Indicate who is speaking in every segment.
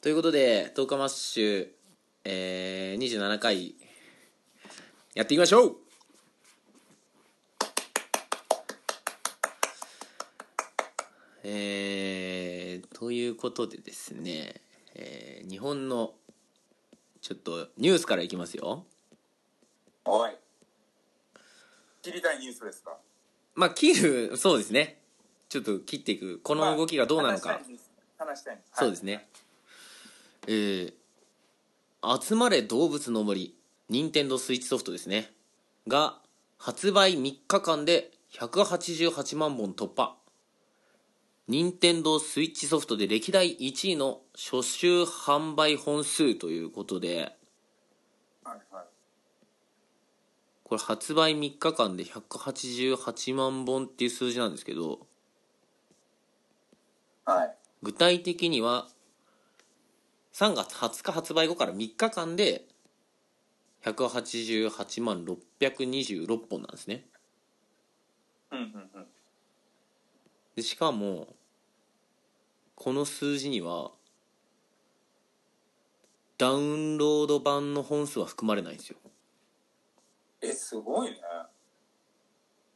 Speaker 1: ということで、10日マッシュ、えー、27回、やっていきましょうえー、ということでですね、えー、日本の、ちょっと、ニュースからいきますよ。
Speaker 2: はい。切りたいニュースですか。
Speaker 1: まあ、切る、そうですね。ちょっと切っていく。こ
Speaker 2: こ
Speaker 1: の動きがどうなのか。
Speaker 2: 話したいんです。
Speaker 1: そうです
Speaker 2: ね。
Speaker 1: ね。えー集まれ動物の森、任天堂スイッチソフトですね。が、発売3日間で188万本突破。任天堂スイッチソフトで歴代1位の初週販売本数ということで、
Speaker 2: はいはい。
Speaker 1: これ発売3日間で188万本っていう数字なんですけど、
Speaker 2: はい。
Speaker 1: 具体的には3月20日発売後から3日間で188万626本なんですね
Speaker 2: うんうんうん。
Speaker 1: でしかもこの数字にはダウンロード版の本数は含まれないんですよ
Speaker 2: え、すごいね。
Speaker 3: って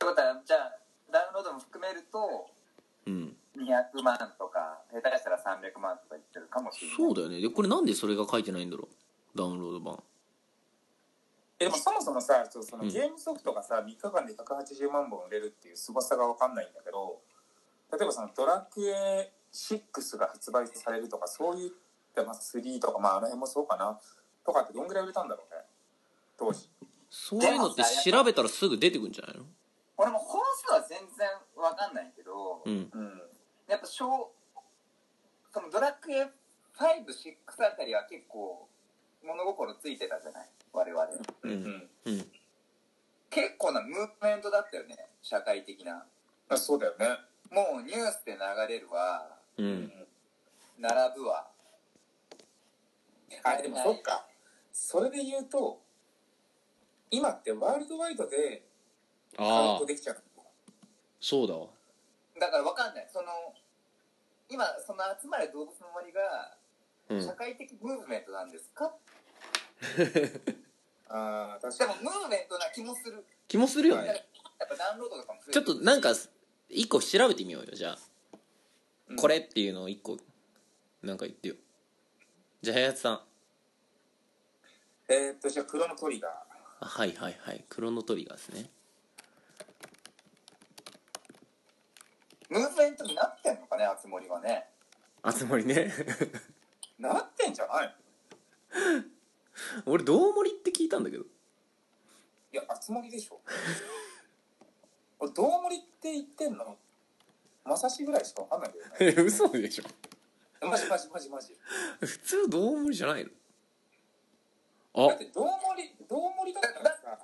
Speaker 3: ことはじゃあダウンロードも含めると
Speaker 1: うん
Speaker 3: 200万とか下手したら300万とかいってるかもしれない
Speaker 1: そうだよねでこれなんでそれが書いてないんだろうダウンロード版
Speaker 2: え、でもそもそもさ、ちょっとその
Speaker 1: うん
Speaker 2: ゲームソフトがさ、3日間で180万本売れるっていう凄さがわかんないんだけど、例えばそのドラクエ6が発売されるとか、そういった、まあ、3とか、まあ、あの辺もそうかな、とかってどんぐらい売れたんだろうね。当時。
Speaker 1: そういうのって調べたらすぐ出てくるんじゃないの
Speaker 3: 俺も本数は全然わかんないけど、
Speaker 1: うん
Speaker 2: うん。
Speaker 3: やっぱ小そのドラクエ56あたりは結構物心ついてたじゃない我々
Speaker 1: う
Speaker 2: うんん。
Speaker 1: うん
Speaker 3: 結構なムーブメントだったよね社会的な
Speaker 2: あそうだよね。
Speaker 3: もうニュースで流れるわ
Speaker 1: うん
Speaker 3: 並ぶわ
Speaker 2: あでもそっかそれで言うと今ってワールドワイドでカウン
Speaker 1: ああ
Speaker 2: トできちゃう
Speaker 1: そうだわ
Speaker 3: だからわかんないその今その集まれ動物の森が
Speaker 1: うん
Speaker 3: 社会的ムーブメントなんですか、
Speaker 2: ああ確
Speaker 3: で
Speaker 2: か
Speaker 3: もムーブメントな気もする
Speaker 1: 気もするよね、
Speaker 2: はい
Speaker 3: やっぱダウンロードとかも増え
Speaker 1: ちょ
Speaker 3: て
Speaker 1: っ
Speaker 3: る
Speaker 1: となんか一個調べてみようよじゃあ、
Speaker 2: うん
Speaker 1: これっていうのを一個なんか言ってよじゃあはやつさんあ
Speaker 2: にえーっとじゃあ黒のトリガー
Speaker 1: はいはいはいクロノトリガーですね
Speaker 3: ムーブメントになってんのかね熱森はね
Speaker 1: あつ森ね
Speaker 2: なってんじゃないの
Speaker 1: 俺どう森って聞いたんだけど
Speaker 2: いや熱盛でし ょ俺どうもりって言ってんのまさしぐらいしかわかんないけどね
Speaker 1: 嘘でしょ
Speaker 2: マジマジマジマジ
Speaker 1: 普通どう森じゃないの
Speaker 2: だってどうもりどうもりだったらさ
Speaker 3: だっ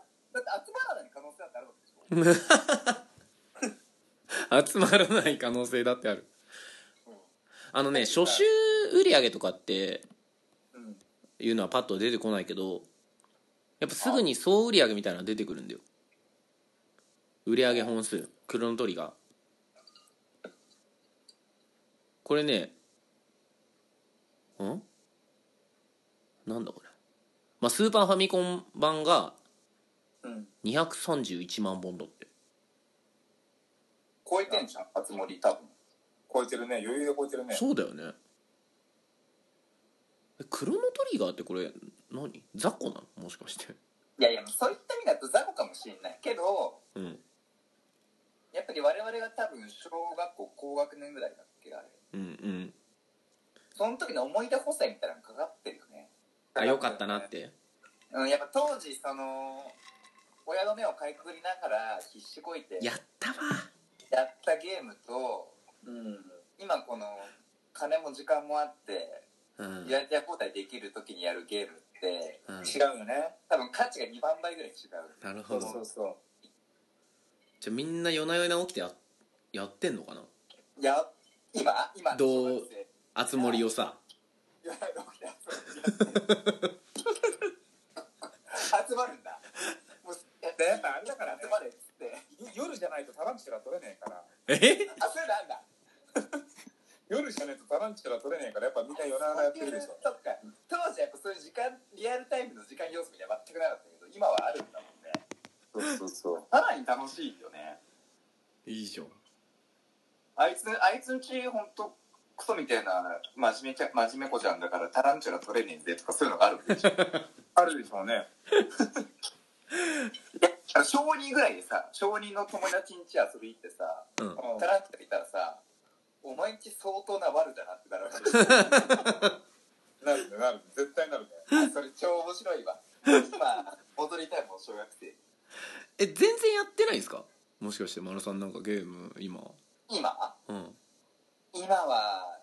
Speaker 3: て集まらない可能性だってあるわけでしょ
Speaker 1: あ 集まらない可能性だってあるあのね初週売り上げとかって
Speaker 2: うん
Speaker 1: いうのはパッと出てこないけどやっぱすぐに総売り上げみたいなの出てくるんだよ売り上げ本数クロノトリガーこれねんなんだこれ、まあ、スーパーファミコン版が
Speaker 2: うん
Speaker 1: 231万本だって
Speaker 3: 超えてんじゃん熱森多分
Speaker 2: 超えてるね余裕で超えてるね
Speaker 1: そうだよねえクロノトリガーってこれ何雑魚なのもしかして
Speaker 3: いやいやそういった意味だと雑魚かもしれないけど
Speaker 1: うん
Speaker 3: やっぱり我々が多分小学校高学年ぐらいだっけあれ
Speaker 1: うんうん
Speaker 3: その時の思い出補正みたいなのかかってるよね
Speaker 1: あよかったなって
Speaker 3: うんやっぱ当時その親の目をかいくぐりながら必死こいて
Speaker 1: やったわ
Speaker 3: やったゲームと
Speaker 2: うん
Speaker 3: 今この金も時間もあって
Speaker 1: うん
Speaker 3: やりたい放題できる時にやるゲームって
Speaker 1: うん
Speaker 2: 違うよね
Speaker 3: 多分価値が2万倍ぐらい違う
Speaker 1: なるほ
Speaker 2: そう
Speaker 1: ど
Speaker 2: そうそう
Speaker 1: じゃあみんな夜な夜な起きてややってんのかない
Speaker 3: や今今
Speaker 1: どう
Speaker 3: 小学生
Speaker 1: あつ森をさ
Speaker 3: いやどうや集まるんだもうやっ
Speaker 2: でやっぱあれだからね
Speaker 3: 集まれっつって
Speaker 2: 夜じゃないとタランチュラ取れねえから
Speaker 1: え
Speaker 3: あそれなんだ
Speaker 2: 夜じゃないとタランチュラ取れないからやっぱみんな夜ながらやってるでしょ
Speaker 3: そっか当時はやっぱそういう時間リアルタイムの時間要素みたいなの全くなかったけど今はあるんだもんね
Speaker 2: そうそうそう
Speaker 3: さらに楽しいよね
Speaker 1: いいじゃん
Speaker 3: あいつあいつんちほんとクソみたいな真面目ちゃ真面目子ちゃんだからタランチュラ取れねえぜとかそういうのがあるん でしょ
Speaker 2: あるでしょうね
Speaker 3: いやあの小2ぐらいでさ小2の友達ん家遊び行ってさ
Speaker 1: うん
Speaker 2: うん
Speaker 3: タランチュラいたらさお前んち相当な悪だなってなるわけ
Speaker 2: なるねなるね絶対 なるね
Speaker 3: それ超面白いわ今戻りたいもん小学生
Speaker 1: え全然やってないんですかもしかして丸さんなんかゲーム今
Speaker 3: 今
Speaker 1: うん
Speaker 3: 今は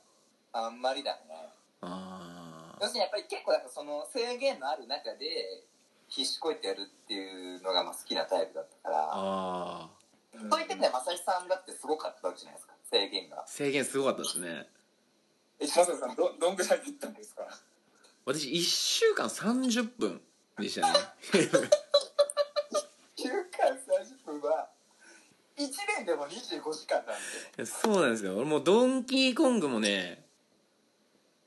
Speaker 3: あんまりだね
Speaker 1: あ
Speaker 3: 要するにやっぱり結構なんかその制限のある中で必死こいてやるっていうのがまあ好きなタイプだったから
Speaker 1: ああ
Speaker 3: そういった意味ではまさしさんだってすごかったわけじゃないですか制限が
Speaker 1: 制限すごかったですね
Speaker 2: えマサさんどどんぐらい切ったんですか
Speaker 1: 私1週間30分でしたね
Speaker 3: 9回30分は1年でも25時間なんで
Speaker 1: そうなんですよ俺もうドンキーコングもね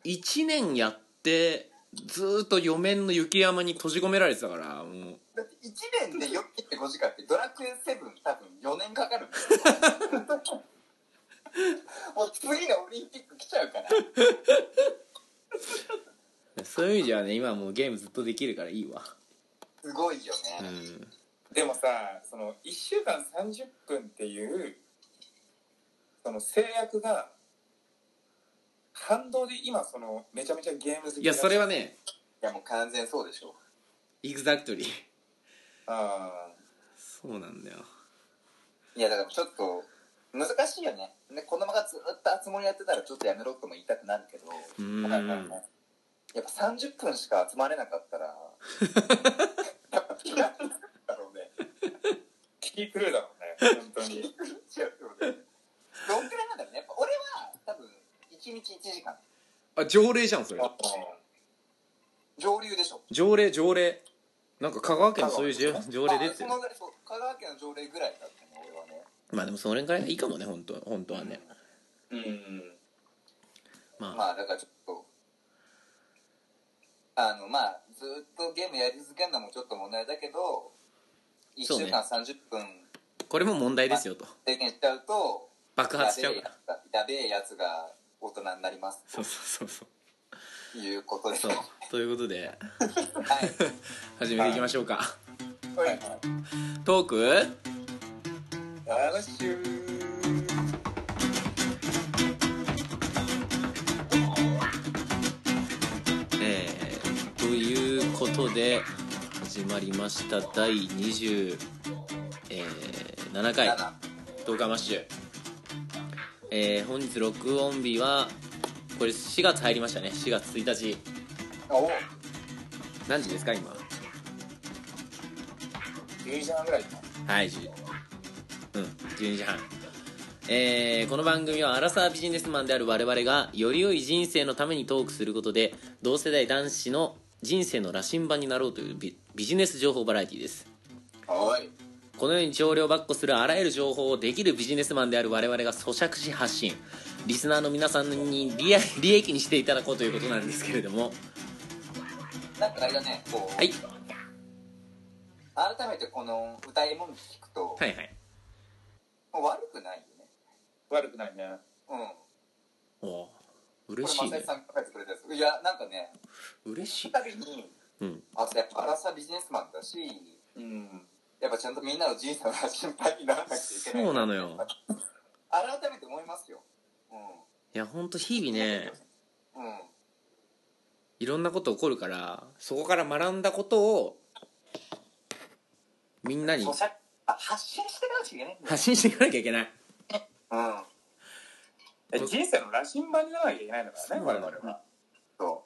Speaker 1: 1年やってずーっと余面の雪山に閉じ込められてたからもう
Speaker 3: だって1年で4切って5時間ってドラクエ7多分4年かかるんで すよもう次のオリンピック来ちゃうから
Speaker 1: そういう意味ではね今はもうゲームずっとできるからいいわ
Speaker 3: すごいよね、
Speaker 1: うん
Speaker 2: でもさその1週間30分っていうその制約が反動で今そのめちゃめちゃゲーム好き
Speaker 1: いやそれ
Speaker 2: は
Speaker 1: はね
Speaker 3: いやもう完全そうでしょ
Speaker 1: exactly
Speaker 2: あ
Speaker 1: そうなんだよ
Speaker 3: いやだからちょっと難しいよねねこのままずっと熱盛やってたらちょっとやめろとも言いたくなるけど
Speaker 1: う
Speaker 2: あ
Speaker 1: ーん
Speaker 3: やっぱ30分しか集まれなかっ たらやっぱ気が付くだろうね
Speaker 2: キークルーだろうね本当
Speaker 3: 気が
Speaker 2: に
Speaker 3: 狂っちゃうよねどんくらいなんだろうねやっぱ俺は多分1日1時間
Speaker 1: あ条例じゃんそれ
Speaker 2: あ
Speaker 3: 上流でしょ
Speaker 1: 条例条例なんか香川県そういう条
Speaker 2: 香川
Speaker 1: 条例出て
Speaker 3: あ
Speaker 1: る
Speaker 3: そのそう香川県の条例ぐらいだったね俺はね
Speaker 1: まあでもそれぐらいがいいかもね本当本当はね
Speaker 2: うんうん
Speaker 1: まあ
Speaker 3: まあだからちょっとあのまあずっとゲームやり続けるのもちょっと問題だけど1
Speaker 1: そうね
Speaker 3: 週間30分
Speaker 1: これも問題ですよと
Speaker 3: 制限しちゃうと
Speaker 1: 爆発しちゃ
Speaker 3: や
Speaker 1: う
Speaker 3: べえ
Speaker 1: から
Speaker 3: やつがやべえやつが大人になります
Speaker 1: そうそうそうそう
Speaker 3: ということです
Speaker 1: そう
Speaker 3: はい
Speaker 1: ということで始めていきましょうか
Speaker 2: はい
Speaker 1: トーク
Speaker 2: 楽しゅ
Speaker 1: えー、ということで始まりました第27回
Speaker 3: 7
Speaker 1: 10日マッシュ、えー、本日録音日はこれ4月入りましたね4月1日
Speaker 3: お
Speaker 1: 何時ですか今
Speaker 2: 10時半ぐらいか
Speaker 1: はい10うん12時半えーこの番組はアラサービジネスマンである我々がより良い人生のためにトークすることで同世代男子の人生の羅針盤になろうというビビジネス情報バラエティです
Speaker 3: おい
Speaker 1: このように少量ばっこするあらゆる情報をできるビジネスマンである我々が咀嚼し発信リスナーの皆さんに利利益にしていただこうということなんですけれども
Speaker 3: なんかあれだねこう、
Speaker 1: はい
Speaker 3: 改めてこの歌いもん聞くと、
Speaker 1: はいはい
Speaker 3: もう悪くないよね
Speaker 2: 悪くないね
Speaker 3: うん
Speaker 1: おー
Speaker 3: こ
Speaker 1: 嬉
Speaker 3: れ
Speaker 1: しい
Speaker 3: 正井
Speaker 1: ね
Speaker 3: さんが書いてくれたやついやなんかね
Speaker 1: 嬉し
Speaker 3: 聞
Speaker 1: い
Speaker 3: くたびに
Speaker 1: うん
Speaker 3: あとやっぱアラサービジネスマンだし
Speaker 2: うん
Speaker 3: やっぱちゃんとみんなの人生が心配にならなくちゃいけない
Speaker 1: そうなのよ
Speaker 3: 改めて思いますよ
Speaker 1: いやほんと日々ね
Speaker 3: うんうん
Speaker 1: いろんなこと起こるからそこから学んだことをみんなに
Speaker 3: 咀嚼あ発信していかなくちゃいけないんだよ
Speaker 1: 発信していかなきゃいけない
Speaker 3: うん
Speaker 2: え人生の羅針盤にならなきゃいけないのから
Speaker 1: そ
Speaker 2: ね
Speaker 1: う
Speaker 2: 我
Speaker 1: だね
Speaker 2: 々は
Speaker 3: そう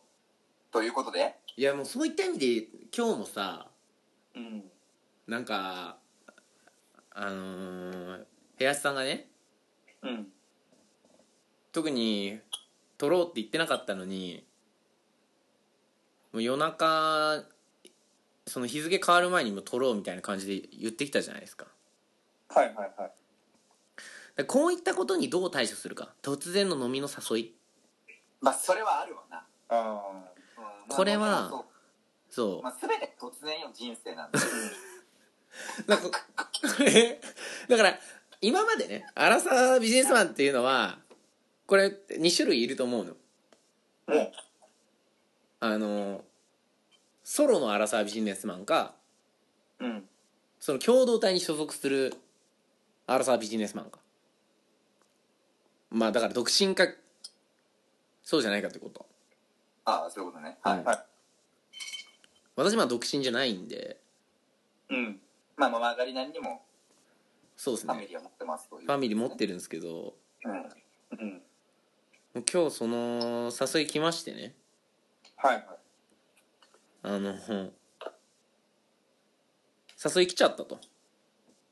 Speaker 3: ということで
Speaker 1: いやもうそういった意味で今日もさ
Speaker 2: うん
Speaker 1: なんかあのー、部屋さんがね
Speaker 2: うん
Speaker 1: 特に撮ろうって言ってなかったのにもう夜中その日付変わる前にもう撮ろうみたいな感じで言ってきたじゃないですか
Speaker 2: はいはいはい
Speaker 1: らこういったことにどう対処するか突然の飲みの誘い
Speaker 3: まあそれはあるわな、
Speaker 2: あ
Speaker 3: うんまあ
Speaker 1: これは
Speaker 3: そ
Speaker 1: そう
Speaker 3: う、まあ、全て突然よ人生 なんで
Speaker 1: なんか、これ、 だから、今までね、アラサービジネスマンっていうのは、これ、2種類いると思うの。
Speaker 2: あ。ね。
Speaker 1: あの、ソロのアラサービジネスマンか、
Speaker 2: うん。
Speaker 1: その共同体に所属するアラサービジネスマンか。まあ、だから独身か、そうじゃないかってこと。
Speaker 3: ああそういうことねはい、
Speaker 2: はい
Speaker 1: 私、まあ、独身じゃないんで、
Speaker 2: うん。
Speaker 3: まあまあ曲がりなりにも
Speaker 1: そうです
Speaker 3: ファミ
Speaker 1: ね。
Speaker 3: リーを持ってますという
Speaker 1: ファミリー持ってるんですけど、
Speaker 3: うん
Speaker 2: うん。
Speaker 1: もう今日その、誘い来ましてね。
Speaker 2: はいはい。
Speaker 1: あの誘い来ちゃったと、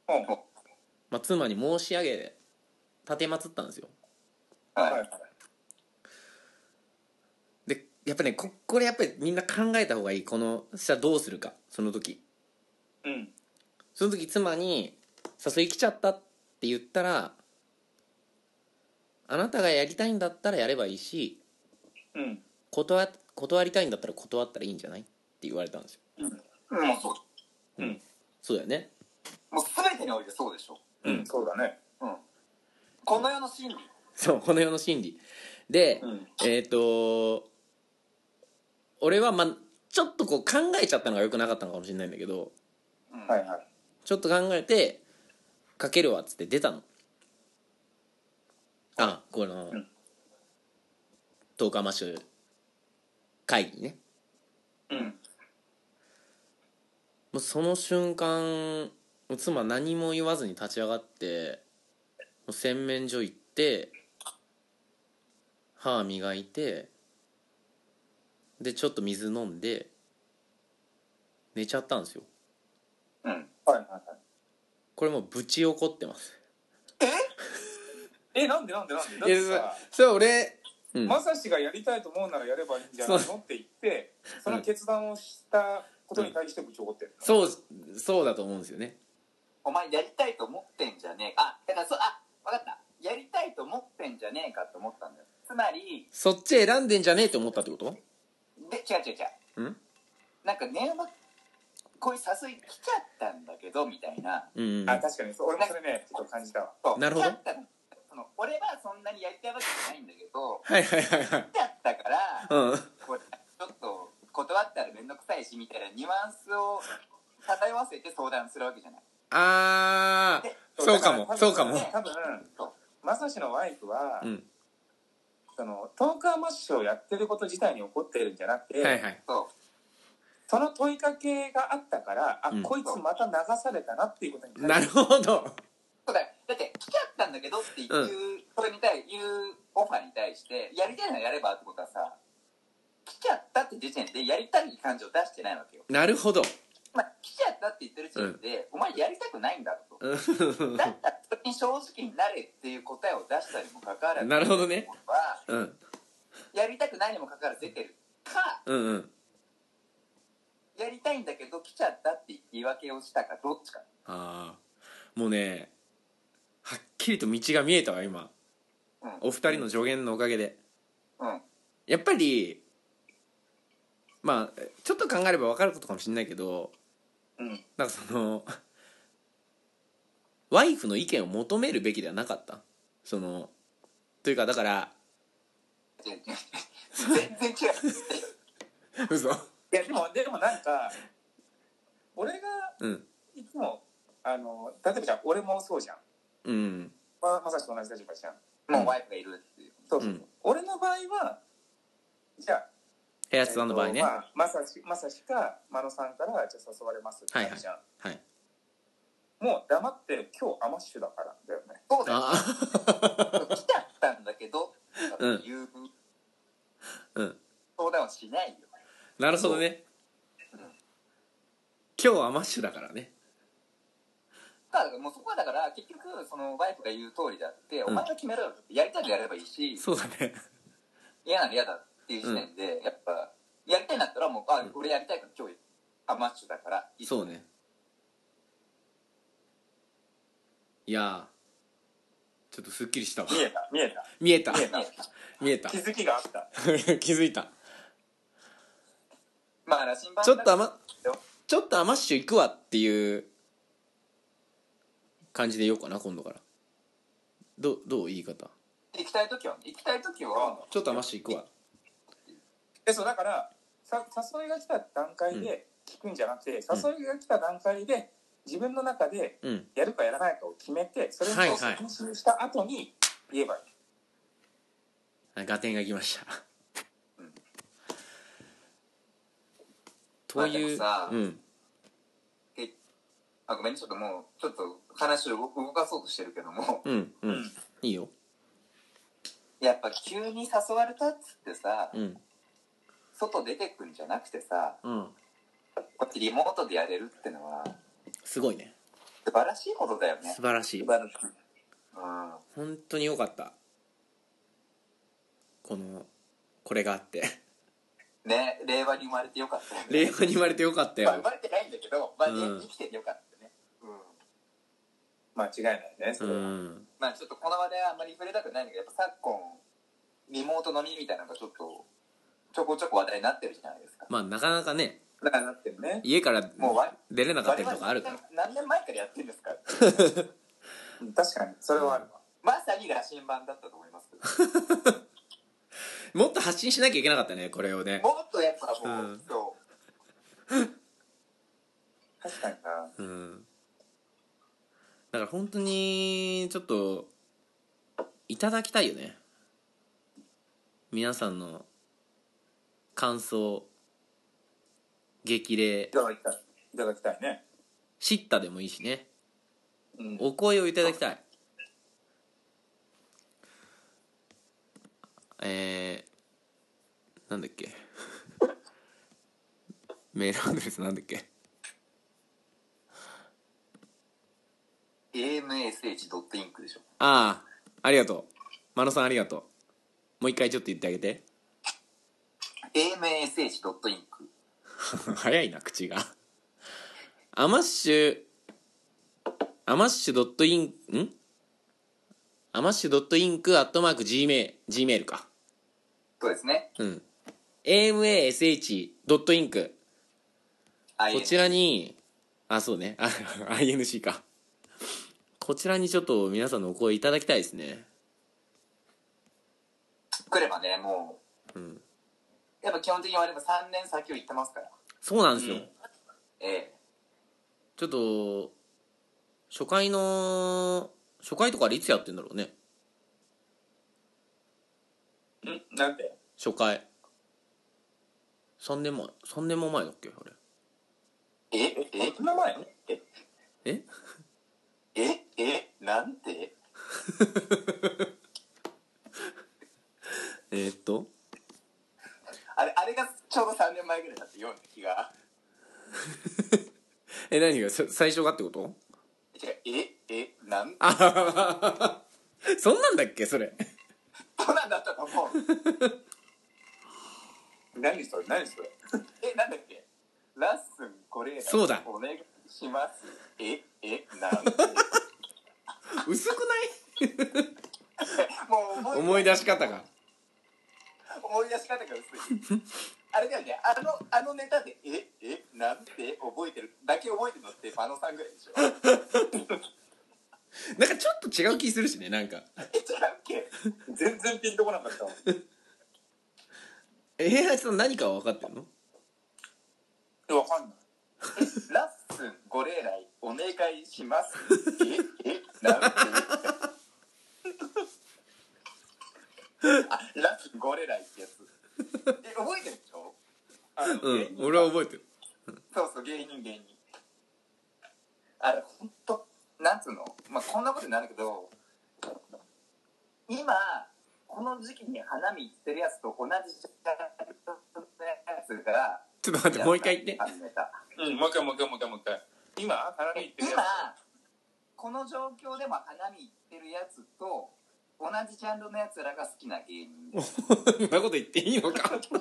Speaker 2: ほうほう
Speaker 1: まあ、妻に申し上げ立てまつったんですよ
Speaker 3: はい、
Speaker 2: はいはい。
Speaker 1: でやっぱねここれやっぱりみんな考えた方がいいこの下どうするかその時
Speaker 2: うん。
Speaker 1: その時妻に「誘い来ちゃった」って言ったらあなたがやりたいんだったらやればいいし
Speaker 2: うん。
Speaker 1: 断断りたいんだったら断ったらいいんじゃないって言われたんですよ
Speaker 3: うん、もうそう
Speaker 1: そうだよね
Speaker 3: もう全てにおいてそうでしょ
Speaker 2: うん。そうだね。
Speaker 3: うんこの世の真理
Speaker 1: そうこの世の真理で、
Speaker 2: うん。
Speaker 1: えっ、と俺はまあちょっとこう考えちゃったのが良くなかったのかもしれないんだけど
Speaker 3: うん
Speaker 2: はいはい。
Speaker 1: ちょっと考えて「かけるわ」っつって出たのあこの
Speaker 2: うん
Speaker 1: 10日マッシュ会議ね
Speaker 2: うん。
Speaker 1: もうその瞬間もう妻何も言わずに立ち上がってもう洗面所行って歯磨いてでちょっと水飲んで寝ちゃったんですよ
Speaker 3: うん
Speaker 2: はいはいはい。
Speaker 1: これもうぶち怒ってます
Speaker 2: え、なんでなんでなんでだっ
Speaker 1: いや
Speaker 2: てさ、
Speaker 1: それ俺、うん、
Speaker 2: まさしがやりたいと思うならやればいいんじゃない
Speaker 1: そ
Speaker 2: のって言って、その決断をしたことに対して部長怒ってるの。
Speaker 1: そうそうだと思うんですよね
Speaker 3: お前やりたいと思ってんじゃねえかあだからそうあ分かったやりたいと思ってんじゃねえかと思ったんだよつまり
Speaker 1: そっち選んでんじゃねえって思ったってこと
Speaker 3: で違う違う違う
Speaker 1: うん
Speaker 3: なんか電話こういう誘い来ちゃったんだけどみたいな
Speaker 1: うんうん
Speaker 2: あ、確かに。そう俺もそれね、ちょっと感じたわ。
Speaker 3: そう
Speaker 1: なるほど
Speaker 3: 来ちゃったのその俺はそんなにやりたいわけじゃないんだけど
Speaker 1: はいはいはいはい
Speaker 3: 来ちゃった から
Speaker 1: うん
Speaker 3: これちょっと断ったら面倒くさいしみたいなニュアンスを漂わせて相談するわけじゃない
Speaker 1: あーそうかもそうかも
Speaker 2: 多分、
Speaker 3: そう
Speaker 2: まさしのワイフは、
Speaker 1: うん
Speaker 2: その、トーカーマッシュをやってること自体に怒ってるんじゃなくて、
Speaker 1: はいはい
Speaker 3: そ
Speaker 2: その問いかけがあったから、あ、
Speaker 1: うん
Speaker 2: こいつまた流されたなっていうことに対して
Speaker 1: なるほど
Speaker 3: うそうだよだって来ちゃったんだけどっていう、
Speaker 1: う
Speaker 3: それに対いうオファーに対してやりたいならやればってことはさ来ちゃったって時点でやりたい感情を出してないわけよ、
Speaker 1: なるほ ど
Speaker 3: まあ、来ちゃったって言ってる時点で、お前やりたくないんだろうと。だったらそれに正直になれっていう答えを出したにもかかわらず
Speaker 1: なるほどね
Speaker 3: 僕は
Speaker 1: うん
Speaker 3: やりたくないにもかかわらず出てるか
Speaker 1: うんうん
Speaker 3: やりたいんだけど来ちゃったって言い訳をしたかどっちか
Speaker 1: ああもうねはっきりと道が見えたわ今
Speaker 3: うん
Speaker 1: お二人の助言のおかげで
Speaker 3: うん
Speaker 1: やっぱりまあちょっと考えれば分かることかもしれないけど
Speaker 2: うん。
Speaker 1: なんかそのワイフの意見を求めるべきではなかったそのというかだから
Speaker 3: 全然違う
Speaker 1: 嘘
Speaker 2: いや、でも、でもなんか、俺が
Speaker 1: うん
Speaker 2: いつも、あの、例えばじゃあ俺もそうじゃん。
Speaker 1: うん
Speaker 2: ま、まさしと同じ立場じゃん。
Speaker 3: もうワイフがいるっ ていう
Speaker 2: そうそうう。
Speaker 1: ん
Speaker 2: 俺の場合は、じゃあ、
Speaker 1: ヘアスさんの場合
Speaker 2: え
Speaker 1: ね
Speaker 2: っとまあ、まさし、まさしか、まのさんから、じゃあ誘われますってなるじゃん。
Speaker 1: はい
Speaker 2: もう黙って、今日アマッシュだからだよね。
Speaker 3: そうだよ
Speaker 1: あ
Speaker 3: 来ちゃったんだけどっていう
Speaker 1: あうん
Speaker 3: 相談はしないよ
Speaker 1: なるほどね今日はマッシュだからね
Speaker 3: だからもうそこはだから結局そのワイフが言う通りだってお前が決めろよってやりたいならやればいいし
Speaker 1: そうだね
Speaker 3: 嫌なら嫌だっていう時点でやっぱやりたいんだったらもうあ俺やりたいから今日あマッチョだからいい
Speaker 1: そうねいやーちょっとすっきりしたわ
Speaker 2: 見えた見えた
Speaker 1: 見えた
Speaker 2: 見えた
Speaker 1: 見えた
Speaker 2: 気づきがあった。
Speaker 1: 気づいた
Speaker 3: まあ羅針盤
Speaker 1: ちょっと
Speaker 3: だ
Speaker 1: あま
Speaker 3: けど
Speaker 1: ちょっとアマッシュ行くわっていう感じで言おうかな今度からどどう言い方
Speaker 3: 行きたい時は行きたい時は
Speaker 1: ちょっとアマッシュ行くわ
Speaker 2: えそうだからさ誘いが来た段階で聞くんじゃなくて、誘いが来た段階で自分の中で
Speaker 1: うん
Speaker 2: やるかやらないかを決めてそれ
Speaker 1: はいは
Speaker 2: を
Speaker 1: い
Speaker 2: 確認した後に言えばいい、
Speaker 1: 合点が来ました
Speaker 2: ん
Speaker 1: という、
Speaker 3: まあでもさ
Speaker 1: うん
Speaker 3: あごめんねちょっともうちょっと話を動動かそうとしてるけども
Speaker 1: うんう
Speaker 2: うん
Speaker 1: んいいよ
Speaker 3: やっぱ急に誘われたっつってさ
Speaker 1: うん
Speaker 3: 外出てくんじゃなくてさ
Speaker 1: うん
Speaker 3: こうやってリモートでやれるってのは
Speaker 1: すごいね
Speaker 3: 素晴らしいことだよね
Speaker 1: 素晴らしい
Speaker 3: 晴らしいうん
Speaker 1: 本当に良かったこのこれがあって
Speaker 3: ね令和に生まれてよかったよね
Speaker 1: 令和に生まれて良かった
Speaker 3: まあ生
Speaker 1: よ
Speaker 3: まれてないんだけど、まあ、
Speaker 1: うん
Speaker 3: 生きてよかったね、うん
Speaker 2: 間違いないね
Speaker 1: う
Speaker 2: それは、
Speaker 1: ん
Speaker 3: まあちょっとこの場であんまり触れたくないんだけどやっぱ昨今リモート飲みみたいなのがちょっとちょこちょこ話題になってるじゃないですか
Speaker 1: まあなかなかね
Speaker 2: だからなってるね
Speaker 1: 家から
Speaker 3: もうわ
Speaker 1: 出れなかったりとかあるから
Speaker 3: 我々何年前からやってるんです か
Speaker 2: うん確かにそれはあるわ、
Speaker 3: まさに羅針盤だったと思いますけど
Speaker 1: もっと発信しなきゃいけなかったねこれをね
Speaker 3: もっとやっぱもう、
Speaker 1: うん
Speaker 3: そう
Speaker 2: 確かにな
Speaker 1: うんだから本当にちょっといただきたいよね皆さんの感想激励
Speaker 2: いただきたいいただきたいね
Speaker 1: 叱咤でもいいしね
Speaker 2: うん
Speaker 1: お声をいただきたいえー、なんだっけ メールアドレスなんだっけ
Speaker 3: amsh.inc でしょ
Speaker 1: ああありがとう真野さんありがとうもう一回ちょっと言ってあげて
Speaker 3: amsh.inc
Speaker 1: 早いな口がアマッシュアマッシュドットインんアマッシュドットインクアットマーク Gmail Gmail か
Speaker 3: そうですね
Speaker 1: うん amash ドットインクこちらにあそうねあ INC かこちらにちょっと皆さんのお声いただきたいですね
Speaker 3: 来ればねもう、
Speaker 1: うん
Speaker 3: やっぱ基本的に我々3年先を行ってますから
Speaker 1: そうなんですよ、
Speaker 2: うん
Speaker 3: ええ
Speaker 1: ちょっと初回の初回とかあれいつやってんだろうね
Speaker 2: うんなんで
Speaker 1: 初回3年前3年も前だっけあれ
Speaker 3: ええ
Speaker 2: えそんな前
Speaker 3: え
Speaker 1: え
Speaker 3: ええなんて
Speaker 1: えーっと
Speaker 3: あれあれがちょうど3年前ぐらいだってような気が
Speaker 1: え何がさ最初がってこと
Speaker 3: 違うええなんて
Speaker 1: あはははそんなんだっけそれ
Speaker 3: どうなんだったと思う
Speaker 2: 何それ何それ
Speaker 3: えなんだっけラッスンこれ
Speaker 1: そうだ
Speaker 3: お願いしますええなんて
Speaker 1: 薄く
Speaker 3: も
Speaker 1: ない
Speaker 3: う思
Speaker 1: 思
Speaker 3: い
Speaker 1: い
Speaker 3: 出
Speaker 1: 出
Speaker 3: し
Speaker 1: し方が
Speaker 3: 思い出し方が薄いあれだよねあのあのネタでええなんて覚えてるだけ覚えてるのってパノさんぐらいでしょ
Speaker 1: なんかちょっと違う気するしねなんか
Speaker 3: え違うっけ
Speaker 2: 全然ピンとこなかったわ
Speaker 1: え平八さん何かは分かってんの
Speaker 2: えわかんない
Speaker 3: ラッスンご礼来お願いします。ええなんてあラッスンご礼来ってやつ。え覚えてるでしょ。
Speaker 2: あの
Speaker 1: う
Speaker 2: 芸
Speaker 1: ん
Speaker 2: 人
Speaker 1: 俺は覚えてる
Speaker 3: そうそう芸人芸人。あれ本当なんつうのまあこんなことになるけど今この時期に花見行ってるやつと同じ時間のやつが
Speaker 1: ちょっと待ってもう一回言って
Speaker 3: あのネタ
Speaker 2: うんもう一回もう一回もう一回もう一回今花見行ってる
Speaker 3: 今
Speaker 2: や
Speaker 3: この状況でも花見行ってるやつと同じジャンルのやつらが好きな芸人です
Speaker 1: そんなこと言っていいのか
Speaker 2: つまあ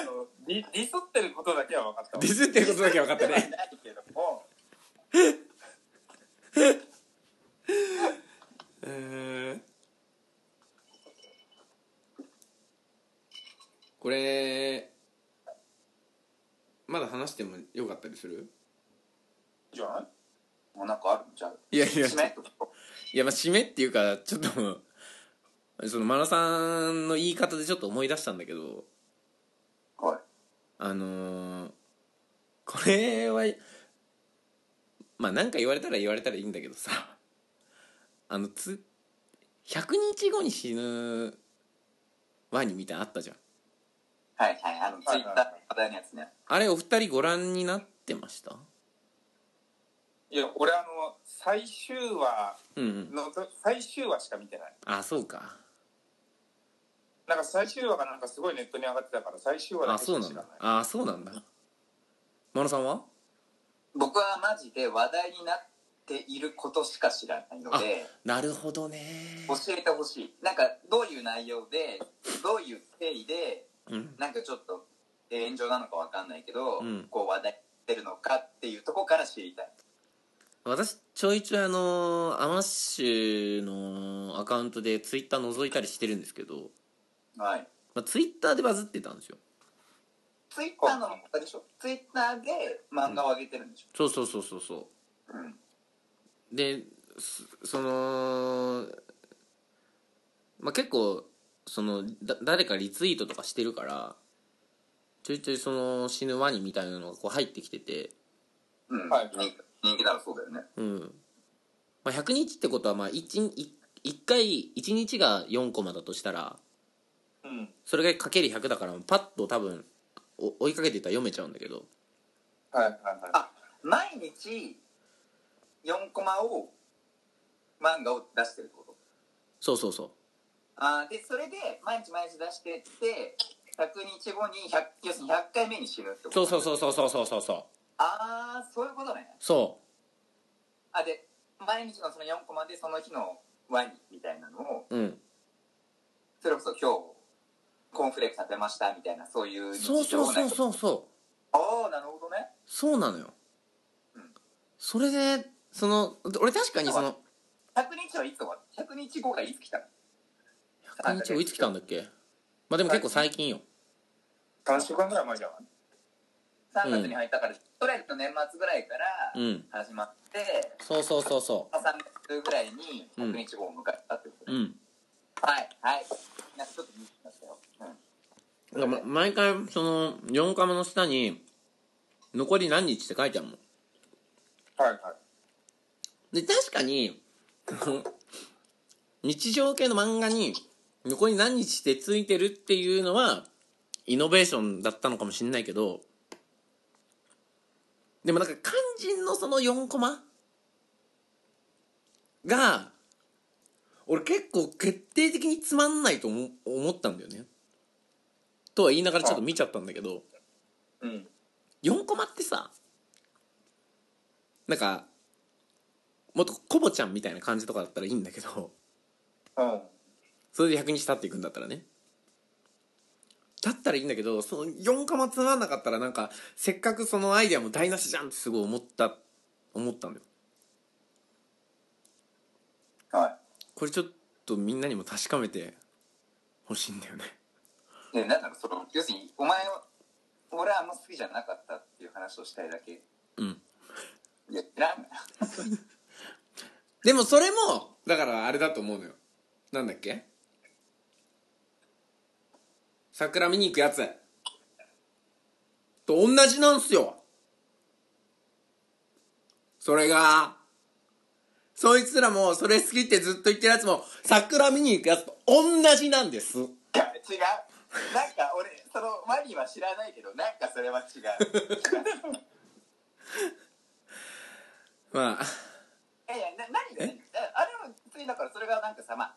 Speaker 2: あのディディスってることだけは分かった わ
Speaker 1: ディスってることだけ分かった
Speaker 3: では
Speaker 1: ね
Speaker 3: ないけども
Speaker 1: これまだ話してもよかったりする
Speaker 2: いいじゃない
Speaker 3: もうなんかあるじゃん。
Speaker 1: いやいや
Speaker 3: 締めとこ
Speaker 1: いやまあ締めっていうかちょっとそのマナさんの言い方でちょっと思い出したんだけど
Speaker 3: うはい。
Speaker 1: あのーこれはまあなんか言われたら言われたらいいんだけどさ あのつ100日後に死ぬワニみたいなのあったじゃん
Speaker 3: はいはい。あの、ツ
Speaker 2: は
Speaker 3: イ
Speaker 2: いはい
Speaker 3: ッターの課題のやつね。
Speaker 1: あれお二人ご覧になってました
Speaker 2: いや俺あの最終話
Speaker 1: うんうん
Speaker 2: のと最終話しか見てない
Speaker 1: あそうか
Speaker 2: なんか最終話がなんかすごいネットに上がってたから最終話だ
Speaker 1: あ
Speaker 2: けし
Speaker 1: そう
Speaker 2: か
Speaker 1: なん
Speaker 2: 知らな
Speaker 1: だ
Speaker 2: い
Speaker 1: あそうなんだマナさんは
Speaker 3: 僕はマジで話題になっていることしか知らないので、
Speaker 1: なるほどね
Speaker 3: 教えてほしい。なんか、どういう内容で、どういう経緯で、
Speaker 1: うん
Speaker 3: なんかちょっと、えー炎上なのかわかんないけど、
Speaker 1: うん
Speaker 3: こう話題になってるのかっていうとこから知りたい。
Speaker 1: 私ちょいちょいあのーアマッシュのアカウントでツイッター覗いたりしてるんですけど、
Speaker 3: はい。
Speaker 1: まあ、ツイッターでバズってたんですよ
Speaker 3: ツイッターの他でしょツイッターで漫画を上げてるんでしょ、
Speaker 1: そうそうそうそうそううですその、まあ、結構そのだ誰かリツイートとかしてるからちょいちょいその死ぬワニみたいなのがこう入ってきてて
Speaker 3: うん
Speaker 2: はい
Speaker 3: 人人気ならそうだよね。
Speaker 1: うん、まあ、100日ってことはまあ 1, 1回1日が4コマだとしたら
Speaker 2: うん
Speaker 1: それがかける100だからパッと多分お追いかけていったら読めちゃうんだけど
Speaker 2: はいはいはい
Speaker 3: あ毎日4コマを漫画を出してるってこと
Speaker 1: そうそうそう
Speaker 3: あーでそれで毎日毎日出してって100日後に100要するに100回目に死ぬってこと
Speaker 1: そうそう
Speaker 3: う
Speaker 1: そうそうそうそうそうそう
Speaker 3: ああそういうことね
Speaker 1: そ
Speaker 3: あで毎日のその4コマでその日のワニみたいなのを
Speaker 1: ううん
Speaker 3: それこそ今日コーンフレーク食べましたみたいなそういう日
Speaker 1: そうそう
Speaker 3: を
Speaker 1: そ
Speaker 3: なん
Speaker 1: う
Speaker 3: か
Speaker 1: そうそう
Speaker 3: ああなるほどね
Speaker 1: そうなのよ
Speaker 3: ん
Speaker 1: それでその俺確かにその
Speaker 3: 100日はいつ終わる100日後がいつ来たの
Speaker 1: 100日後いつ来たんだっけまあでも結構最近よ
Speaker 2: 3週間ぐらい前じゃない
Speaker 3: 3月に入ったから、とりあえず年末ぐらいから
Speaker 1: うん
Speaker 3: 始まって、
Speaker 1: そうそうそうそ
Speaker 3: 3月ぐらいに
Speaker 1: うん
Speaker 3: 100日後を迎えたってこと
Speaker 1: う
Speaker 3: で、
Speaker 1: うん
Speaker 3: はいはいなんかちょっと見てましたよ、うん、
Speaker 1: だからま毎回その4カマの下に残り何日って書いてあるもん
Speaker 2: はいはい
Speaker 1: で確かに あの日常系の漫画に残り何日ってついてるっていうのはイノベーションだったのかもしれないけどでもなんか肝心のその4コマが俺結構決定的につまんないと思思ったんだよね。とは言いながらちょっと見ちゃったんだけど。
Speaker 2: うん
Speaker 1: 4コマってさなんかもっとコボちゃんみたいな感じとかだったらいいんだけど
Speaker 2: うん
Speaker 1: それで100日経っていくんだったらねだったらいいんだけどその4コマつまんなかったらなんかせっかくそのアイデアも台無しじゃんってすごい思った思ったんだよ
Speaker 3: は
Speaker 1: これちょっとみんなにも確かめてほしいんだよね
Speaker 3: いでなんだろうその要するにお前は俺はあんま好きじゃなかったっていう話をしたいだけい
Speaker 1: うん
Speaker 3: や知らんがな
Speaker 1: でもそれもだからあれだと思うのよなんだっけ桜見に行くやつと同じなんすよそれがそいつらもそれ好きってずっと言ってるやつも桜見に行くやつと同じなんです
Speaker 3: いや違うなんか俺そのマリーは知らないけどなんかそれは 違う
Speaker 1: まあ
Speaker 3: いやいやな何が何があれは普通にだからそれがなんかさま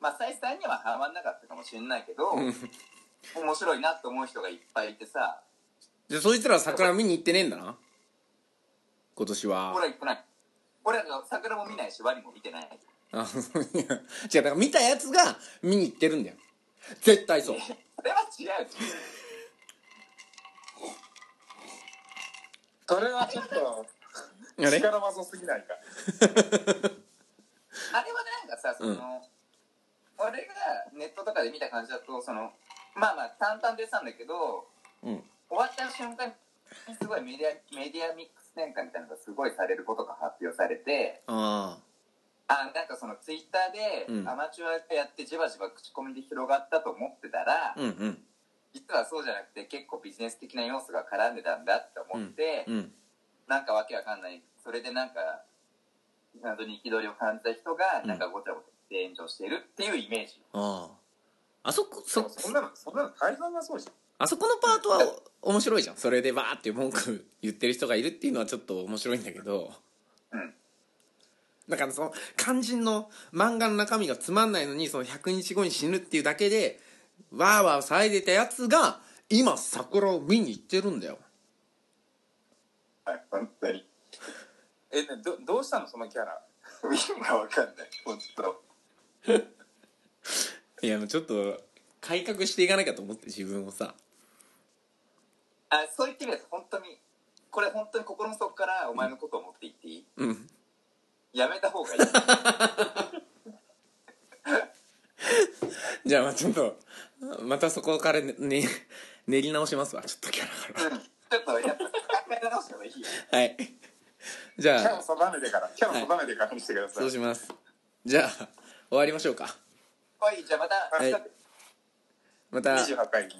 Speaker 3: あ正井さんにはハマんなかったかもしれないけど面白いなと思う人がいっぱいいてさ
Speaker 1: じゃあそいつらは桜見に行ってねえんだな今年は
Speaker 3: 俺は行ってない俺らが桜も見ないしワニも見てない
Speaker 1: あいや違うだから見たやつが見に行ってるんだよ絶対そう
Speaker 3: それは違う
Speaker 2: それはちょっと
Speaker 1: あれ
Speaker 2: 力技すぎないか
Speaker 3: あれはなんかさその、
Speaker 1: うん
Speaker 3: 俺がネットとかで見た感じだとそのまあまあ淡々と言ってたんだけど
Speaker 1: うん
Speaker 3: 終わった瞬間にすごいメディアメディアミックス転換みたいなのがすごいされることが発表されて
Speaker 1: あ
Speaker 3: あなんかそのツイッター
Speaker 1: うん
Speaker 3: でアマチュアやってじわじわ口コミで広がったと思ってた
Speaker 1: あ
Speaker 3: ら、
Speaker 1: うんうん
Speaker 3: 実はそうじゃなくて結構ビジネス的な要素が絡んでたんだって思って、
Speaker 1: うん
Speaker 3: なんかわけわかんないそれでなんか謎に憤りを感じた人が
Speaker 1: うん
Speaker 3: なんかごちゃごちゃして炎上してるっていうイメージ、
Speaker 1: あああそこそ
Speaker 2: そそんなのそんなの大半がそうじゃん
Speaker 1: あそこのパートはお面白いじゃんそれでバーって文句言ってる人がいるっていうのはちょっと面白いんだけど
Speaker 3: うん
Speaker 1: だからその肝心の漫画の中身がつまんないのにその100日後に死ぬっていうだけでわーわー騒いでたやつが今桜を見に行ってるんだよ
Speaker 3: はい本当に
Speaker 2: えでどどうしたのそのキャラ
Speaker 3: 意味がわかんない本当
Speaker 1: いやもうちょっと改革していかなきゃと思って自分をさ
Speaker 3: あそう言ってみれば本当にこれ本当に心の底からお前のことを思って言っていい、
Speaker 1: うん
Speaker 3: やめた方がいい
Speaker 1: じゃあまあちょっとまたそこからねね練り直しますわちょっとキャラから
Speaker 3: ちょっとやっぱ考え直した方がいい よ
Speaker 1: はいじゃ
Speaker 2: キ
Speaker 1: あ
Speaker 2: ャラを定めてからキャラを定めてからにしてください、
Speaker 1: そうしますじゃあ終わりましょうか
Speaker 3: はいじゃあまた、
Speaker 1: はいまた
Speaker 2: 28回に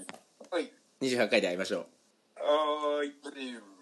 Speaker 3: はい
Speaker 1: 28回で会いましょう
Speaker 2: おーい
Speaker 3: ブリュー